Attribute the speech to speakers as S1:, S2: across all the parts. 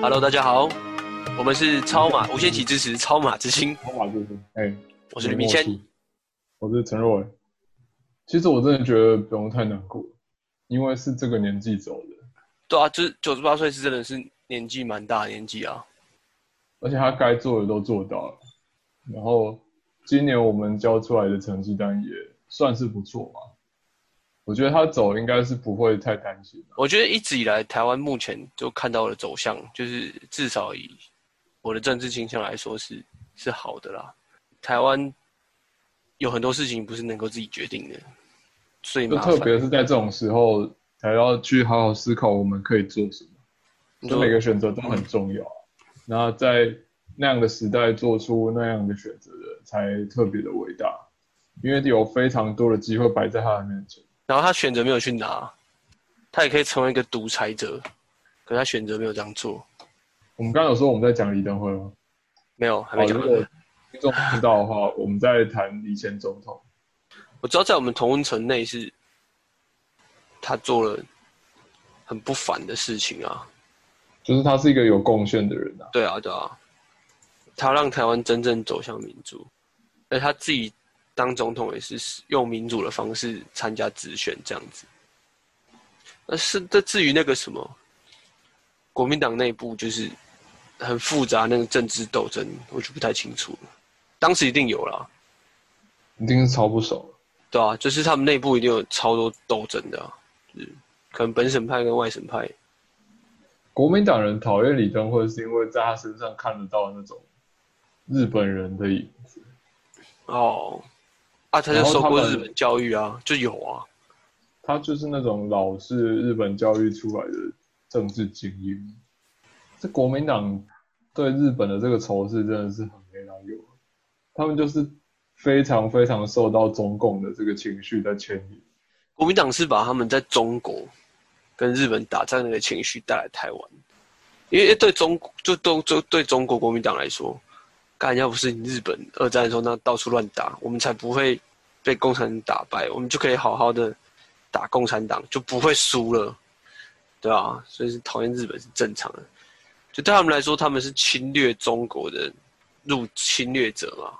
S1: Hello，大家好，我们是超马无限期支持超马之星，
S2: 超马之星，哎、
S1: 我是吕明谦。
S2: 我是陈若伟。其实我真的觉得不用太难过，因为是这个年纪走的，
S1: 对啊，就是九十八岁是真的是年纪蛮大的年纪啊。
S2: 而且他该做的都做到了。然后今年我们交出来的成绩单也算是不错嘛，我觉得他走应该是不会太担心的。
S1: 我觉得一直以来台湾目前就看到的走向，就是至少以我的政治倾向来说是是好的啦。台湾有很多事情不是能够自己决定的，所以
S2: 就
S1: 麻
S2: 特
S1: 烦。
S2: 别是在这种时候，才要去好好思考我们可以做什么。
S1: 你
S2: 就
S1: 说嗯
S2: 每个选择都很重要啊。那在那样的时代做出那样的选择的人，才特别的伟大，因为有非常多的机会摆在他的面前。
S1: 然后他选择没有去拿，他也可以成为一个独裁者，可他选择没有这样做，
S2: 我们刚刚有说我们在讲李登辉吗？
S1: 没有还
S2: 好，
S1: 没讲
S2: 如
S1: 完
S2: 果。听众不知道的话，我们在谈以前总统。
S1: 我知道在我们同温层内是，他做了很不凡的事情啊，
S2: 就是他是一个有贡献的人啊，
S1: 对啊，对啊，他让台湾真正走向民主，而他自己当总统也是用民主的方式参加直选这样子。那是这至于那个什么，国民党内部就是很复杂那个政治斗争，我就不太清楚了。当时一定有啦，
S2: 一定是超不熟的。
S1: 对啊，就是他们内部一定有超多斗争的、啊，就是可能本省派跟外省派，
S2: 国民党人讨厌李登辉，是因为在他身上看得到那种日本人的影子。
S1: 哦，啊，他就
S2: 然后
S1: 受
S2: 他
S1: 过
S2: 们
S1: 日本教育啊，就有啊，
S2: 他就是那种老式日本教育出来的政治精英。这国民党对日本的这个仇视真的是很没来由，他们就是非常非常受到中共的这个情绪在牵引。
S1: 国民党是把他们在中国跟日本打仗的情绪带来台湾，因为对中就都就对中国国民党来说，干要不是你日本二战的时候那到处乱打，我们才不会被共产党打败，我们就可以好好的打共产党，就不会输了，对啊，所以是讨厌日本是正常的，就对他们来说，他们是侵略中国的入侵略者嘛，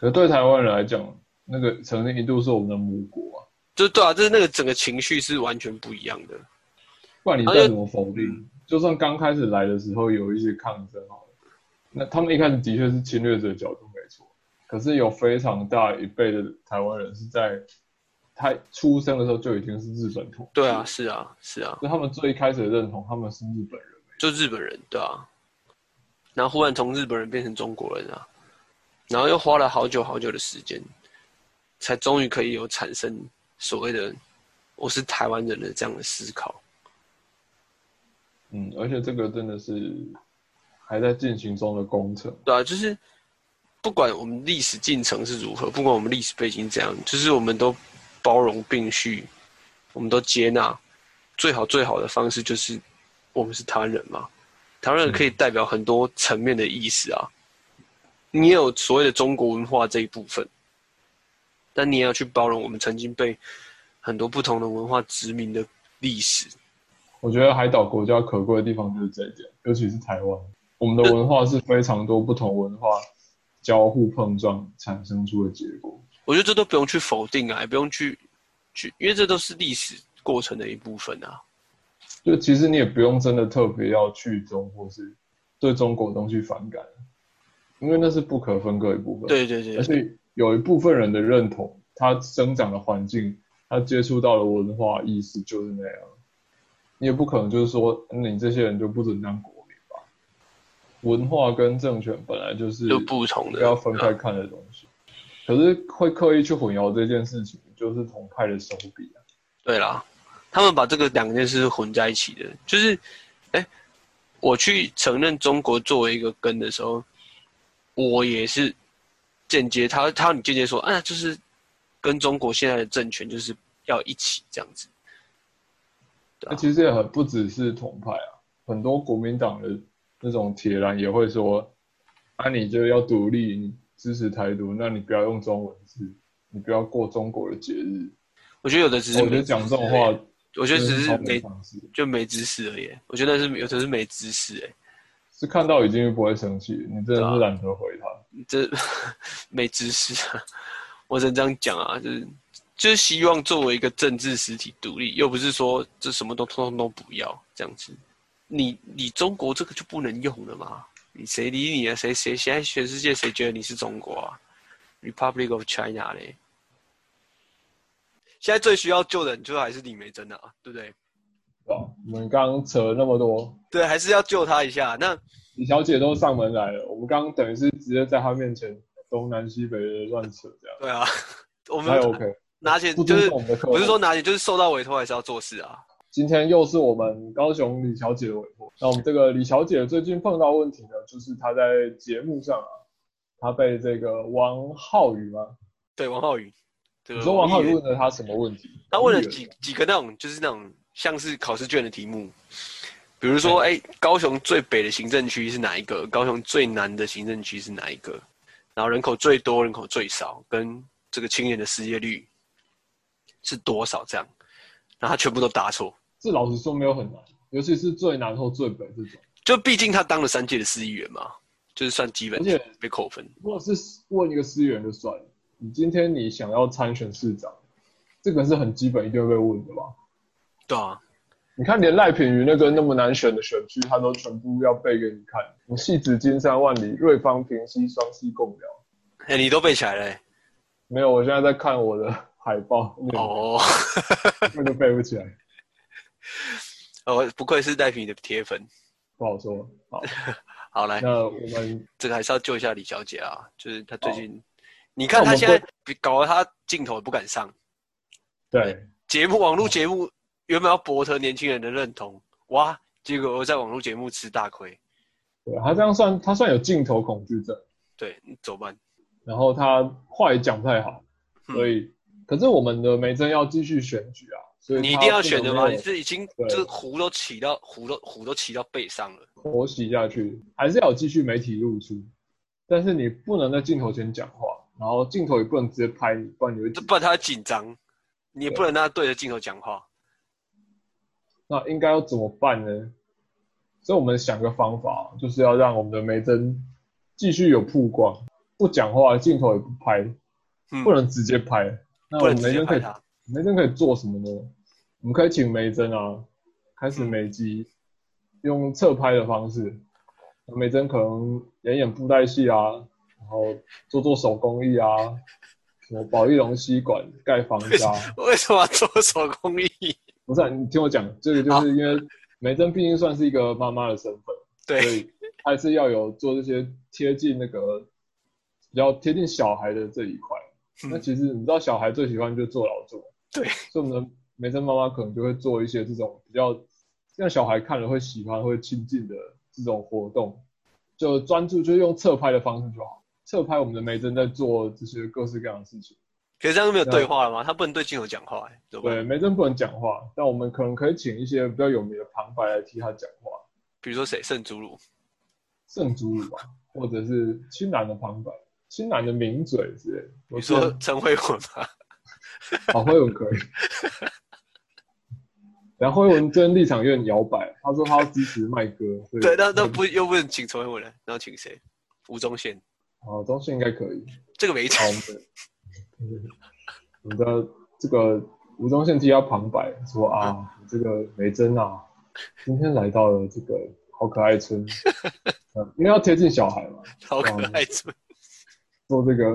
S2: 可是对台湾人来讲，那个曾经一度是我们的母国啊，
S1: 就对啊，就是那个整个情绪是完全不一样的。
S2: 不然你再怎么否定，就算刚开始来的时候有一些抗争好了，那他们一开始的确是侵略者的角度没错，可是有非常大一辈的台湾人是在他出生的时候就已经是日本统，
S1: 对啊，是啊，是啊，
S2: 所以他们最开始的认同他们是日本人，
S1: 就日本人，对啊。然后忽然从日本人变成中国人啊，然后又花了好久好久的时间，才终于可以有产生所谓的“我是台湾人”的这样的思考。
S2: 嗯，而且这个真的是还在进行中的工程，
S1: 对啊，就是不管我们历史进程是如何，不管我们历史背景怎样，就是我们都包容并蓄，我们都接纳。最好最好的方式就是我们是台湾人嘛，台湾人可以代表很多层面的意思啊。你也有所谓的中国文化这一部分，但你也要去包容我们曾经被很多不同的文化殖民的历史。
S2: 我觉得海岛国家可贵的地方就是这一点，尤其是台湾，我们的文化是非常多不同文化交互碰撞产生出的结果。
S1: 我觉得这都不用去否定啊，也不用去去，因为这都是历史过程的一部分啊。
S2: 就其实你也不用真的特别要去中或是对中国东西反感，因为那是不可分割的一部分。，
S1: 对对对，
S2: 而且有一部分人的认同，他生长的环境，他接触到的文化意识就是那样。你也不可能就是说，嗯你这些人就不准当国民吧？文化跟政权本来就是
S1: 就不啊同的，
S2: 要分开看的东西，可是会刻意去混淆这件事情，就是同派的手笔啊。
S1: 对啦，他们把这个两件事混在一起的，就是，哎，我去承认中国作为一个根的时候，我也是间接他他你间接说，啊，就是跟中国现在的政权就是要一起这样子，啊
S2: 那其实也很不只是统派啊，很多国民党的那种铁蓝也会说，啊，你就要独立，你支持台独，那你不要用中文字，你不要过中国的节日。
S1: 我觉得有的只是
S2: 哦我觉得讲这种话
S1: 我觉得只是
S2: 超没
S1: 没
S2: 常识，
S1: 就没知识而已。我觉得那是有的是没知识哎、
S2: 是看到已经不会生气，你真
S1: 对
S2: 的
S1: 啊
S2: 是懒得回他。
S1: 这没知识啊！我只能这样讲啊，就是就是希望作为一个政治实体独立，又不是说这什么都通通都不要这样子。你你中国这个就不能用了嘛？你谁理你啊？谁谁现在全世界谁觉得你是中国啊？Republic of China 嘞？现在最需要救的，你就还是李梅珍啊，对不对？
S2: 对吧？我们刚刚扯了那么多，
S1: 对，还是要救他一下。那
S2: 李小姐都上门来了，我们刚刚等于是直接在她面前东南西北的乱扯这样，
S1: 对啊， 我
S2: 还
S1: 们
S2: OK，
S1: 拿钱
S2: 不
S1: 就
S2: 尊
S1: 是
S2: 重我们的客户。
S1: 不是说拿钱，就是受到委托还是要做事啊。
S2: 今天又是我们高雄李小姐的委托。那我们这个李小姐最近碰到问题呢，就是她在节目上啊，她被这个王浩宇吗？
S1: 对，王浩宇。对
S2: 你说王浩宇
S1: 宇，
S2: 问了她什么问题？
S1: 他问了几几个那种就是那种像是考试卷的题目，比如说，哎、高雄最北的行政区是哪一个？高雄最南的行政区是哪一个？然后人口最多、人口最少，跟这个青年的失业率是多少？这样，然后他全部都答错。
S2: 这老实说没有很难，尤其是最南或最北这种。
S1: 就毕竟他当了三届的市议员嘛，就是算基本
S2: 而且
S1: 被扣分。
S2: 如果是问一个思源就算了，你今天你想要参选市长，这个是很基本一定会被问的吧？
S1: 对啊，
S2: 你看，连赖品妤那个那么难选的选区，他都全部要背给你看。我戏子金山万里，瑞芳平西双溪共寮。
S1: 哎、你都背起来了、欸
S2: 没有，我现在在看我的海报，
S1: 哦。
S2: 那个背不起来，
S1: 哦，不愧是戴平的铁粉。
S2: 不好说。 好，
S1: 好，来，
S2: 那我们
S1: 这个还是要救一下李小姐啊，就是她最近，你
S2: 哦那
S1: 看
S2: 我们
S1: 她现在比搞得她镜头也不敢上，
S2: 对
S1: 节目网络节目原本要博得年轻人的认同，哇，结果我在网络节目吃大亏，
S2: 对，他这样算，他算有镜头恐惧症，
S1: 对，怎么办？
S2: 然后他话也讲不太好，
S1: 嗯
S2: 所以、可是我们的梅珍要继续选举啊，所以
S1: 你一
S2: 他
S1: 定要
S2: 不能
S1: 选的
S2: 没
S1: 吗？
S2: 有
S1: 你是已经
S2: 对
S1: 这壶都骑到壶都壶都骑到背上了，
S2: 活洗下去，还是要有继续媒体露出，但是你不能在镜头前讲话，然后镜头也不能直接拍你，不然你会
S1: 这不然她紧张，你也
S2: 对
S1: 不能让她对着镜头讲话，
S2: 那应该要怎么办呢？所以我们想个方法，就是要让我们的梅珍继续有曝光，不讲话，镜头也不拍，
S1: 嗯，
S2: 不能直接拍。那
S1: 不
S2: 我
S1: 能直
S2: 们梅
S1: 接
S2: 珍可
S1: 拍
S2: 以，
S1: 她，
S2: 梅珍可以做什么呢？我们可以请梅珍啊，开
S1: 嗯
S2: 始美肌，用侧拍的方式，梅珍可能演演布袋戏啊，然后做做手工艺啊，什么保利龙吸管盖房子啊。
S1: 为什么要做手工艺？
S2: 不是啊、你听我讲，这个就是因为梅珍毕竟算是一个妈妈的身份，所
S1: 对，
S2: 以还是要有做这些贴近那个比较贴近小孩的这一块。那
S1: 嗯
S2: 其实你知道，小孩最喜欢就是做劳作，
S1: 对，
S2: 所以我们的梅珍妈妈可能就会做一些这种比较让小孩看了会喜欢、会亲近的这种活动，就专注就用侧拍的方式就好。侧拍我们的梅珍在做这些各式各样的事情。
S1: 可是这样就没有对话了吗？她不能对镜头讲话、欸，怎么办？
S2: 啊对，梅珍不能讲话，但我们可能可以请一些比较有名的旁白来替他讲话，
S1: 比如说谁，圣祖鲁，
S2: 圣祖鲁吧，或者是青南的旁白、青南的名嘴之类的。
S1: 你
S2: 我
S1: 说陈慧文吗？
S2: 好，辉文可以。然后辉文跟立场有点摇摆，他说他要支持麦哥，所以
S1: 对，那那不又不能请陈慧文了，然后请谁？吴宗宪，
S2: 好，中信应该可以。
S1: 这个没
S2: 好，
S1: 差
S2: 我。们的 我们的这个吴宗宪替他旁白说啊，这个梅珍啊，今天来到了这个好可 爱村，嗯因为要贴近小孩嘛，
S1: 好可爱村，
S2: 做这个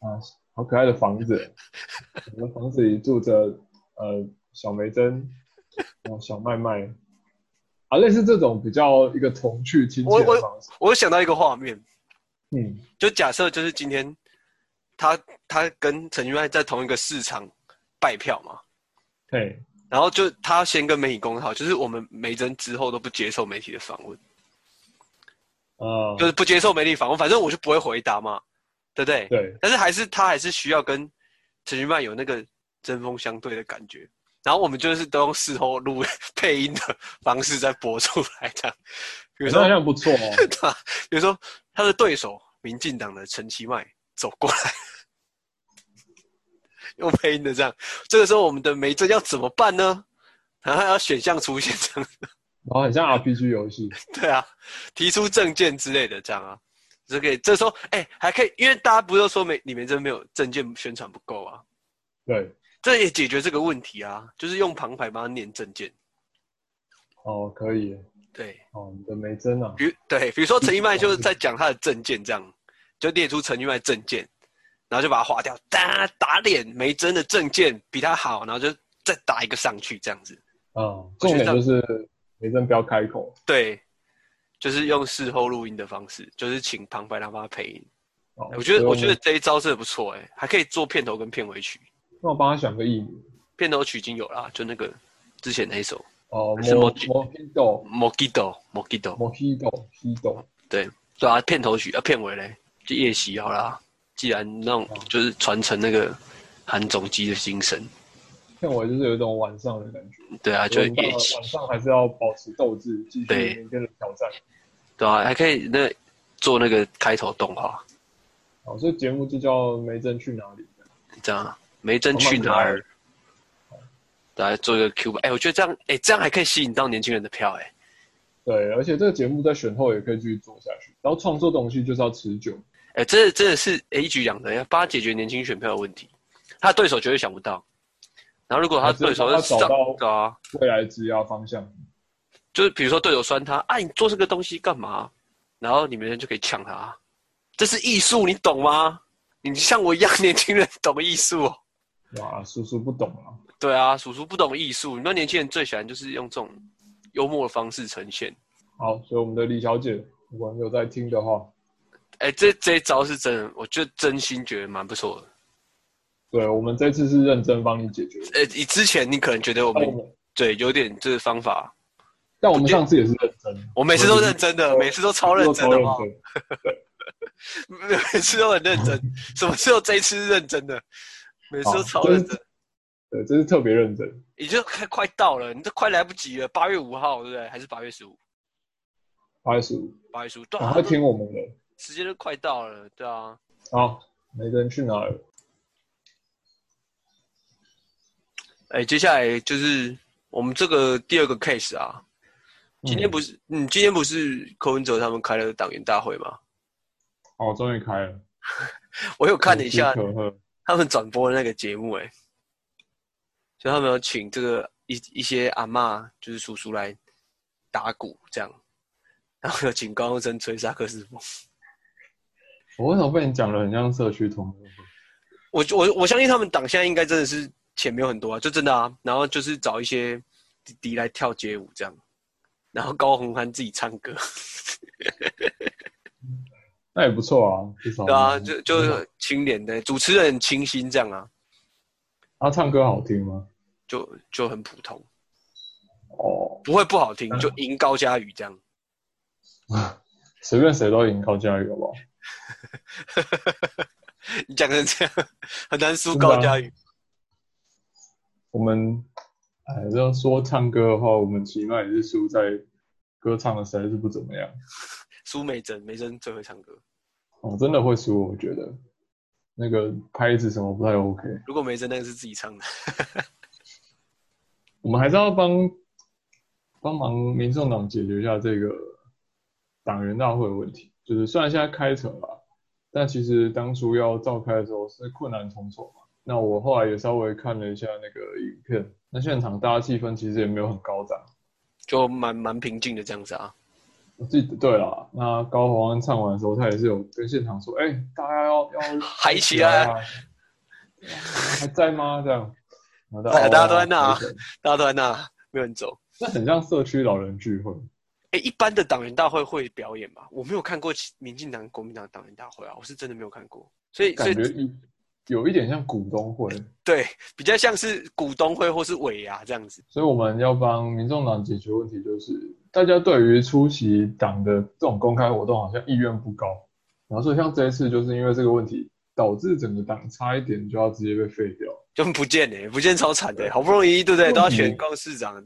S2: 啊好可爱的房子，我们的房子里住着呃小梅珍，然后小麦麦，啊类似这种比较一个童趣亲切的方式，
S1: 我又想到一个画面，
S2: 嗯，
S1: 就假设就是今天他他跟陈玉爱在同一个市场拜票嘛，
S2: 嘿，
S1: 然后就他先跟媒体公好，就是我们梅珍之后都不接受媒体的访问，
S2: 啊、
S1: 就是不接受媒体访问，反正我就不会回答嘛，对不对？
S2: 对，
S1: 但是还是他还是需要跟陈玉曼有那个针锋相对的感觉。然后我们就是都用事后录 配音的方式再播出来的，比如
S2: 那好
S1: 说
S2: 像不错哦，
S1: 他， 比如说他的对手民进党的陈其迈走过来，用配音的这样，这个时候我们的梅珍要怎么办呢？然后还要选项出现这样，
S2: 然后很像 RPG 游戏，
S1: 对啊，提出证件之类的这样啊，这可以这时候哎、还可以，因为大家不是都说没你们这没有证件宣传不够啊，
S2: 对，
S1: 这也解决这个问题啊，就是用旁白帮他念证件，
S2: 哦，可以耶，
S1: 对，
S2: 哦，你的梅珍啊，
S1: 比如对，比如说陈玉麦就是在讲他的证件，这样就列出陈玉麦证件，然后就把它划掉，打打脸梅珍的证件比他好，然后就再打一个上去，这样子。
S2: 啊，
S1: 我觉
S2: 重
S1: 得
S2: 点就是梅珍不要开口
S1: 对，就是用事后录音的方式，就是请旁白让他配音。
S2: 哦。
S1: 我觉
S2: 所以
S1: 得我
S2: 们
S1: 觉得这一招真的不错哎、还可以做片头跟片尾曲。
S2: 那我帮他想个艺名，
S1: 片头曲已经有啦，就那个之前那一首
S2: 哦，
S1: 是
S2: 摩
S1: Moji-
S2: 摩希豆，
S1: 《Mojito Mojito》，
S2: 摩希豆，希豆，
S1: 对啊，片头曲啊，片尾嘞就夜袭好啦。既然让
S2: 哦
S1: 就是传承那个韩总机的精神，
S2: 看我就是有一种晚上的感觉，
S1: 对啊，就
S2: 我们到了
S1: 夜袭，
S2: 晚上还是要保持斗志，继续
S1: 对
S2: 明天的挑战。
S1: 对啊，还可以那做那个开头动画，
S2: 好，这哦节目就叫《梅珍去哪里》。
S1: 这样啊梅珍去哪
S2: 慢慢
S1: 儿？来做一个 Q 吧，哎、我觉得这样，哎、这样还可以吸引到年轻人的票、哎，
S2: 对，而且这个节目在选后也可以继续做下去。然后创作东西就是要持久，
S1: 哎，这真的是、哎一举两得，要帮他解决年轻选票的问题，他的对手绝对想不到。然后如果他
S2: 还是
S1: 对手
S2: 帮他
S1: 是上
S2: 找到
S1: 对啊，
S2: 未来职业方向。
S1: 就是比如说队友酸他，啊，你做这个东西干嘛？然后你们就可以呛他，这是艺术，你懂吗？你像我一样 年轻人懂艺术、哦，
S2: 哇，叔叔不懂啊，
S1: 对啊，叔叔不懂艺术，你们年轻人最喜欢就是用这种幽默的方式呈现。
S2: 好，所以我们的李小姐，如果你有在听的话，
S1: 哎，这这一招是真的，我就真心觉得蛮不错的。
S2: 对我们这次是认真帮你解决。
S1: 呃，以之前你可能觉得我
S2: 但
S1: 们
S2: 我们
S1: 对有点这个方法，
S2: 但我们上次也是认真，
S1: 我每次都认真的，每次都超认真
S2: 都
S1: 的
S2: 超
S1: 好不好
S2: 认真。
S1: 每次都很认真，什么时候这一次是认真的？每次都超
S2: 好
S1: 认真。
S2: 对，这是特别认真。
S1: 已经快快到了，你都快来不及了。八月五号，对不对？还是八月十五？
S2: 八月十五，
S1: 八月十五，对
S2: 赶
S1: 啊
S2: 快，听我们的。
S1: 时间都快到了，对啊。
S2: 好，梅珍去哪儿？
S1: 哎，接下来就是我们这个第二个 case 啊。今天
S2: 嗯
S1: 不是，嗯，今天不是柯文哲他们开了党员大会吗？
S2: 好，终于开了，
S1: 我有看了一下
S2: 可贺。
S1: 他们转播的那个节目、哎，就他们有请这个一一些阿嬷，就是叔叔来打鼓这样，然后有请高中生吹萨克斯风。
S2: 我为什么被你讲的很像社区同乐会？
S1: 我我我相信他们党现在应该真的是钱没有很多啊，就真的啊，然后就是找一些弟弟来跳街舞这样，然后高洪涵自己唱歌，
S2: 那也不错啊，至少
S1: 对啊，就就清廉的主持人很清新这样啊，
S2: 他唱歌好听吗？
S1: 就就很普通，
S2: 哦，
S1: 不会不好听，就赢高佳宇这样，
S2: 随便谁都赢高佳宇好不好？
S1: 你讲成这样很难输高佳宇，
S2: 我们哎，要说唱歌的话，我们起码也是输在歌唱的实在是不怎么样。
S1: 输美珍，美珍最会唱歌，
S2: 哦，真的会输，我觉得那个拍子什么不太 OK。
S1: 如果美珍那个是自己唱的，
S2: 我们还是要帮帮忙民众党解决一下这个党员大会的问题。就是虽然现在开成了，但其实当初要召开的时候是困难重重嘛。那我后来也稍微看了一下那个影片，那现场大家气氛其实也没有很高涨。
S1: 就蛮蛮平静的这样子啊，
S2: 我记得对啦，那高洪安唱完的时候，他也是有跟现场说：“哎、大家要要
S1: 嗨起
S2: 来
S1: 来
S2: 啊，还在吗？”这样，然后
S1: 大家
S2: 哦
S1: 大家都在那啊
S2: 好的
S1: 大家都在那，没有人走。
S2: 那很像社区老人聚会。
S1: 哎、一般的党员大会会表演吗？我没有看过其民进党、国民党党员大会啊，我是真的没有看过。所以，所
S2: 感
S1: 以
S2: 觉一有一点像股东会，
S1: 对，比较像是股东会或是尾牙这样子。
S2: 所以我们要帮民众党解决问题，就是大家对于出席党的这种公开活动好像意愿不高，然后所以像这一次就是因为这个问题，导致整个党差一点就要直接被废掉，
S1: 就不见呢、不见超惨的、好不容易对不对，
S2: 嗯
S1: 都要选高市长，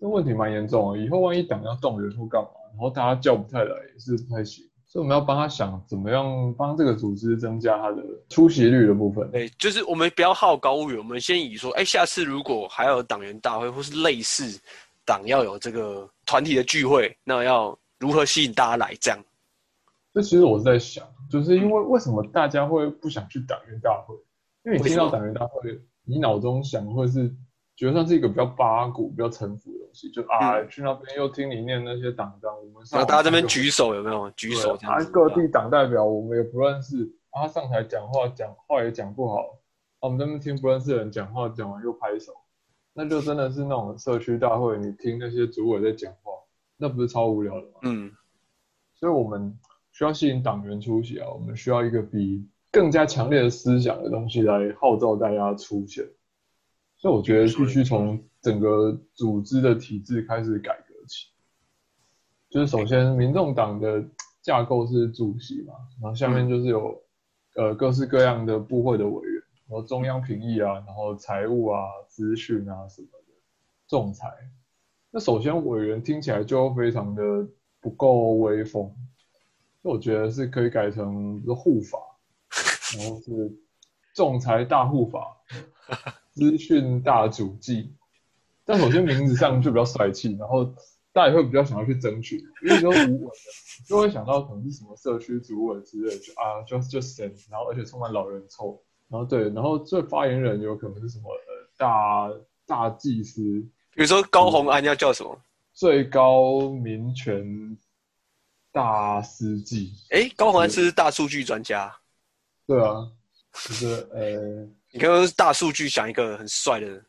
S2: 这问题蛮严重的。以后万一党要动员或干嘛，然后大家叫不太来也是不太行。所以我们要帮他想怎么样帮这个组织增加它的出席率的部分。
S1: 对，就是我们不要好高骛远，我们先以说，哎，下次如果还有党员大会或是类似党要有这个团体的聚会，那要如何吸引大家来？这样，
S2: 这其实我是在想，就是因为为什么大家会不想去党员大会？因为你听
S1: 为
S2: 到
S1: 什么
S2: 党员大会，你脑中想会是觉得算是一个比较八股、比较城府的东西，就啊、去那边又听你念那些党章，我们上
S1: 然后嗯啊大家这边
S2: 网
S1: 举手有没有？举
S2: 对
S1: 手这样
S2: 啊
S1: 子。
S2: 各地党代表我们也不认识，啊、他上台讲话讲话也讲不好，啊、我们这边听不认识的人讲话，讲完又拍手，那就真的是那种社区大会，你听那些主委在讲话，那不是超无聊的吗？
S1: 嗯，
S2: 所以我们需要吸引党员出席啊，我们需要一个比更加强烈的思想的东西来号召大家出现。所以我觉得必须从整个组织的体制开始改革起。就是首先，民众党的架构是主席嘛，然后下面就是有、呃各式各样的部会的委员，然后中央评议啊，然后财务啊、资讯啊什么的，仲裁。那首先委员听起来就非常的不够威风，那我觉得是可以改成比如说护法，然后是仲裁大护法，资讯大主计。但首先名字上就比较帅气，然后大家也会比较想要去争取，因为都无文的，就会想到可能是什么社区主委之类的，就啊就就神，然后而且充满老人臭，然后对，然后这发言人有可能是什么呃大大祭司，
S1: 比如说高红安要叫什么？
S2: 最高民权大司祭，
S1: 哎，高
S2: 嗯
S1: 红安是不是大数据专家，
S2: 对啊，就是呃
S1: 你看，是大数据想一个很帅的，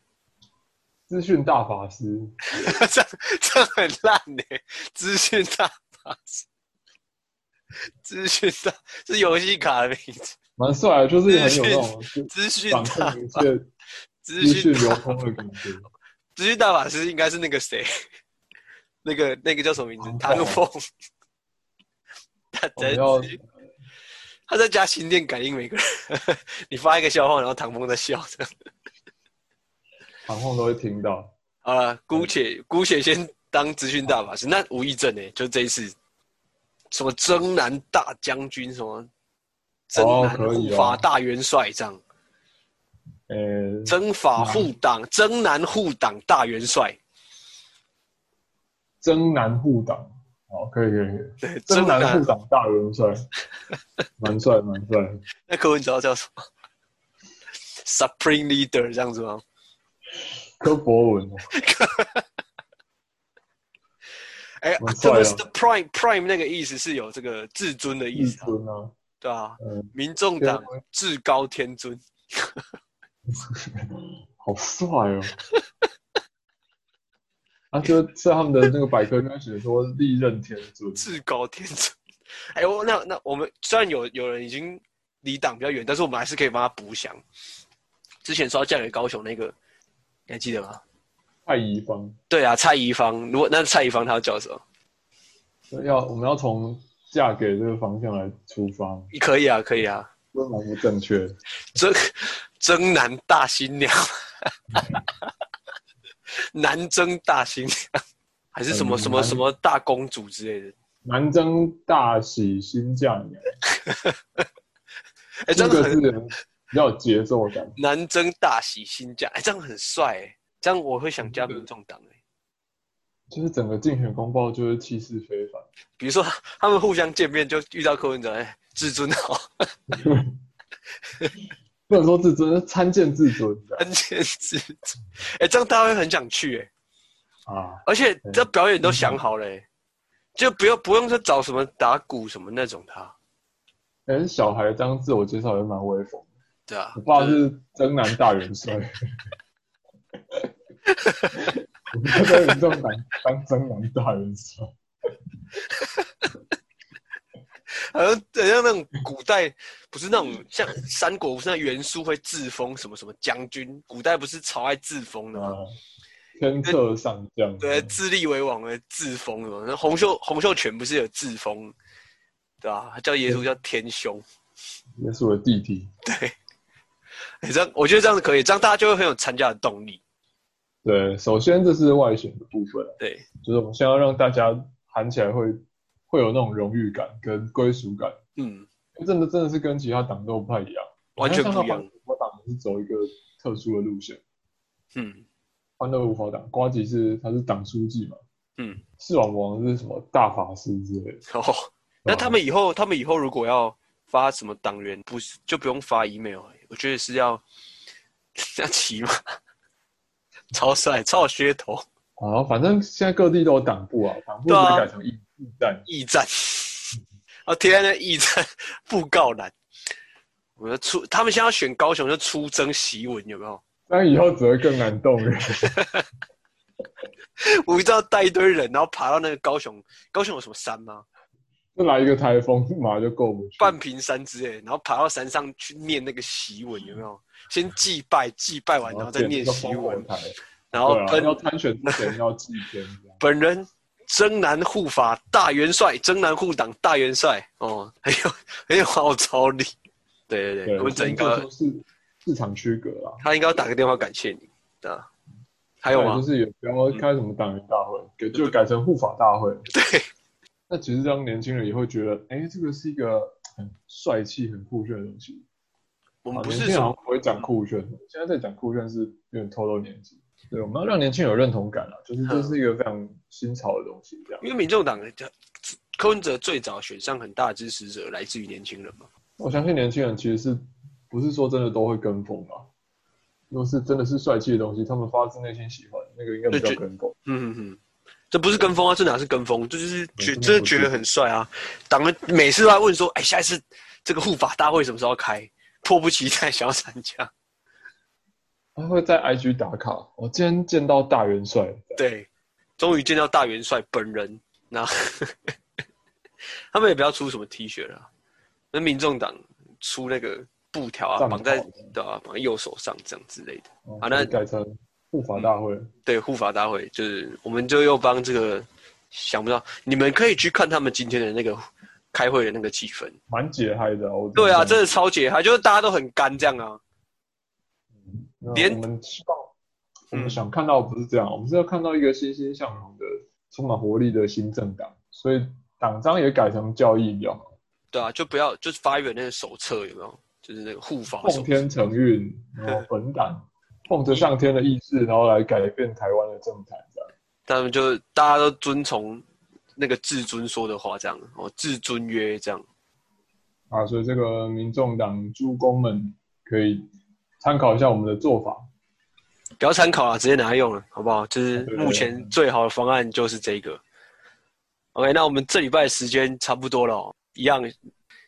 S2: 资讯大法师，
S1: 这样这样很烂呢、资讯大法师，资讯大是游戏卡的名字，
S2: 蛮帅的，就是很有那种就
S1: 资讯
S2: 掌
S1: 大
S2: 控一切
S1: 资
S2: 资
S1: 讯
S2: 讯流
S1: 大
S2: 通的 感觉。
S1: 资讯大法师应该是那个谁，那个那个叫什么名字？
S2: 唐
S1: 唐
S2: 凤
S1: 凤，他
S2: 我们
S1: 在
S2: 要
S1: 他在加心电感应每个人， 你发一个笑话，然后唐风在笑这样。
S2: 唐凤都会听到，
S1: 好了，
S2: 嗯
S1: 姑且姑且先当资讯大法师。那吴义正呢、就这一次，什么征南大将军，什么征南
S2: 可以
S1: 护
S2: 哦
S1: 法大元帅这样，
S2: 呃，
S1: 征
S2: 嗯
S1: 法护党，征南护党大元帅，
S2: 征南护党，好，可以可以可以，
S1: 对，
S2: 征
S1: 征
S2: 南
S1: 南
S2: 护。党大元帅，蛮帅蛮帅，
S1: 那柯文哲要叫什么？Supreme Leader 这样子吗？
S2: 柯博 文，哦
S1: 哎、
S2: 蛮帅
S1: 这
S2: 哦的
S1: 个是 Prime Prime 那个意思是有这个至尊的意
S2: 一
S1: 思啊，
S2: 尊啊，
S1: 对啊，
S2: 嗯，
S1: 民众党啊至高天尊。
S2: 好帅哦！啊，就在他们的那个百科上写说历任天尊，
S1: 至高天尊。哎，我那那我们虽然有有人已经离党比较远，但是我们还是可以帮他补想。之前说要嫁给高雄那个，你还记得吗？
S2: 太乙方，
S1: 对啊，蔡宜芳。如果那蔡宜芳她要叫什么？
S2: 所以要我们要从嫁给这个方向来出发，
S1: 可以啊，可以啊，
S2: 这蛮不正确的。
S1: 征征南大新娘，南征大新娘，还是什么
S2: 嗯
S1: 什么
S2: 南
S1: 什么大公主之类的？
S2: 南征大喜新嫁娘，
S1: 哎，这
S2: 这
S1: 样
S2: 个
S1: 很
S2: 是比较有节奏感。
S1: 南征大喜新家，哎，这样很帅哎，这样我会想加民众党哎。
S2: 就是整个竞选公报就是气势非凡，
S1: 比如说 他们互相见面就遇到柯文哲，哎，至尊好，
S2: 不能说自尊，是参见自尊的
S1: 恩见至尊，哎，这样大家会很想去哎，
S2: 啊。
S1: 而且这表演都想好了
S2: 嗯
S1: 哎，就不用不用说找什么打鼓什么那种他，
S2: 哎、小孩当自我介绍也蛮威风的。
S1: 对啊
S2: 我，爸是征南大元帅，我爸在民众党当征南大元帅，
S1: 好像很像那种古代不是那种像三国不是那袁术会自封什么什么将军，古代不是朝爱自封的吗？
S2: 啊，天策上将，
S1: 对，自立为王的自封什么？那洪秀洪秀全不是有自封，对吧、他叫耶稣叫天兄。
S2: 也是我的弟弟，
S1: 哎、这样我觉得这样子可以，这样大家就会很有参加的动力。
S2: 对，首先这是外显的部分，
S1: 对，
S2: 就是我们先要让大家喊起来会会有那种荣誉感跟归属感，
S1: 嗯，
S2: 真的真的是跟其他党都不太一样，
S1: 完全
S2: 像
S1: 不一样，
S2: 我党是走一个特殊的路线，
S1: 嗯
S2: 欢乐无法党，瓜吉是他是党书记嘛，
S1: 嗯，
S2: 视网王是什么大法师之类的，
S1: 哦，那他们以后，他们以后如果要发什么党员，不是就不用发 email，我欸觉得是要 要骑马，超帅，超有噱头，
S2: 啊，反正现在各地都有党部啊，党部
S1: 对
S2: 就
S1: 啊
S2: 改成一一战，
S1: 驿站，啊，贴在那驿站布告栏。我们出，他们现在要选高雄就出征檄文，有没有？
S2: 但以后只会更难动了。
S1: 我一定要带一堆人，然后爬到那个高雄，高雄有什么山吗？
S2: 就来一个台风，马上就过不去。
S1: 半屏山之类，然后爬到山上去念那个檄文，有没有？先祭拜，祭拜完然后再念檄文，
S2: 台，
S1: 然后
S2: 对啊，
S1: 喷。
S2: 要参选之前要祭天这样
S1: 本人征南护法大元帅，征南护党大元帅哦，很有很有号召力。对对对，
S2: 对，
S1: 我们整
S2: 个
S1: 个
S2: 是市场区隔啊啦。
S1: 他应该要打个电话感谢你啊。还有
S2: 再来
S1: 吗嗯
S2: 就？是也不要开什么党员大会，给就改成护法大会。
S1: 对，
S2: 那其实让年轻人也会觉得，哎，这个是一个很帅气、很酷炫的东西。
S1: 我们
S2: 啊
S1: 不
S2: 年
S1: 是
S2: 轻
S1: 什
S2: 人好
S1: 么
S2: 像不会讲酷炫，现在在讲酷炫是有点透露年纪。对，我们要让年轻人有认同感啊，就是这是一个非常新潮的东西，这样。
S1: 因为民众党的柯文哲最早选上很大的支持者来自于年轻人嘛，
S2: 我相信年轻人其实是不是说真的都会跟风啊？如果是真的是帅气的东西，他们发自内心喜欢，那个应该不叫跟风。
S1: 嗯嗯嗯，这不是跟风啊，这哪是跟风，这就是觉
S2: 嗯
S1: 真的
S2: 不是
S1: 觉得很帅啊。党人每次都在问说，哎，下一次这个护法大会什么时候开？迫不及待想要参加。
S2: 他会在 IG 打卡，我今天见到大元帅，
S1: 对，终于见到大元帅本人。那 他们也不要出什么 T 恤了啊，那民众党出那个布条啊，
S2: 藏
S1: 绑在
S2: 头
S1: 对啊，绑在右手上这样之类的。
S2: 哦
S1: 啊那
S2: 改成护法大会，
S1: 对护法大会，就是我们就又帮这个想不到，你们可以去看他们今天的那个开会的那个气氛。
S2: 蛮解嗨的、啊。我
S1: 对啊，
S2: 只
S1: 真的
S2: 能
S1: 超解嗨，就是大家都很干这样啊。
S2: 那
S1: 连
S2: 我们希望我们想看到的不是这样，我们是要看到一个欣欣向荣的、充满活力的新政党，所以党章也改成教义比较好，
S1: 对啊，就不要就是发一本那个手册有没有？就是那个护法手
S2: 奉
S1: 册。
S2: 哦天承运，然后本党奉着上天的意志，然后来改变台湾的政坛这样。
S1: 他们就大家都遵从那个至尊说的话，这样哦，至尊曰这样，
S2: 啊，所以这个民众党诸公们可以参考一下我们的做法。
S1: 不要参考了，直接拿来用了，好不好？就是
S2: 对
S1: 目前最好的方案就是这个。OK，那我们这礼拜时间差不多了、哦，一样，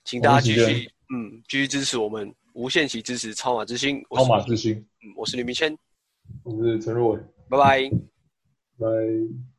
S1: 请大家继
S2: 我们时
S1: 续嗯继续支持我们无限期支持超马之星，我
S2: 超
S1: 是
S2: 马之星，
S1: 嗯我是李明谦，
S2: 我是陈若伟，
S1: 拜拜。
S2: 拜。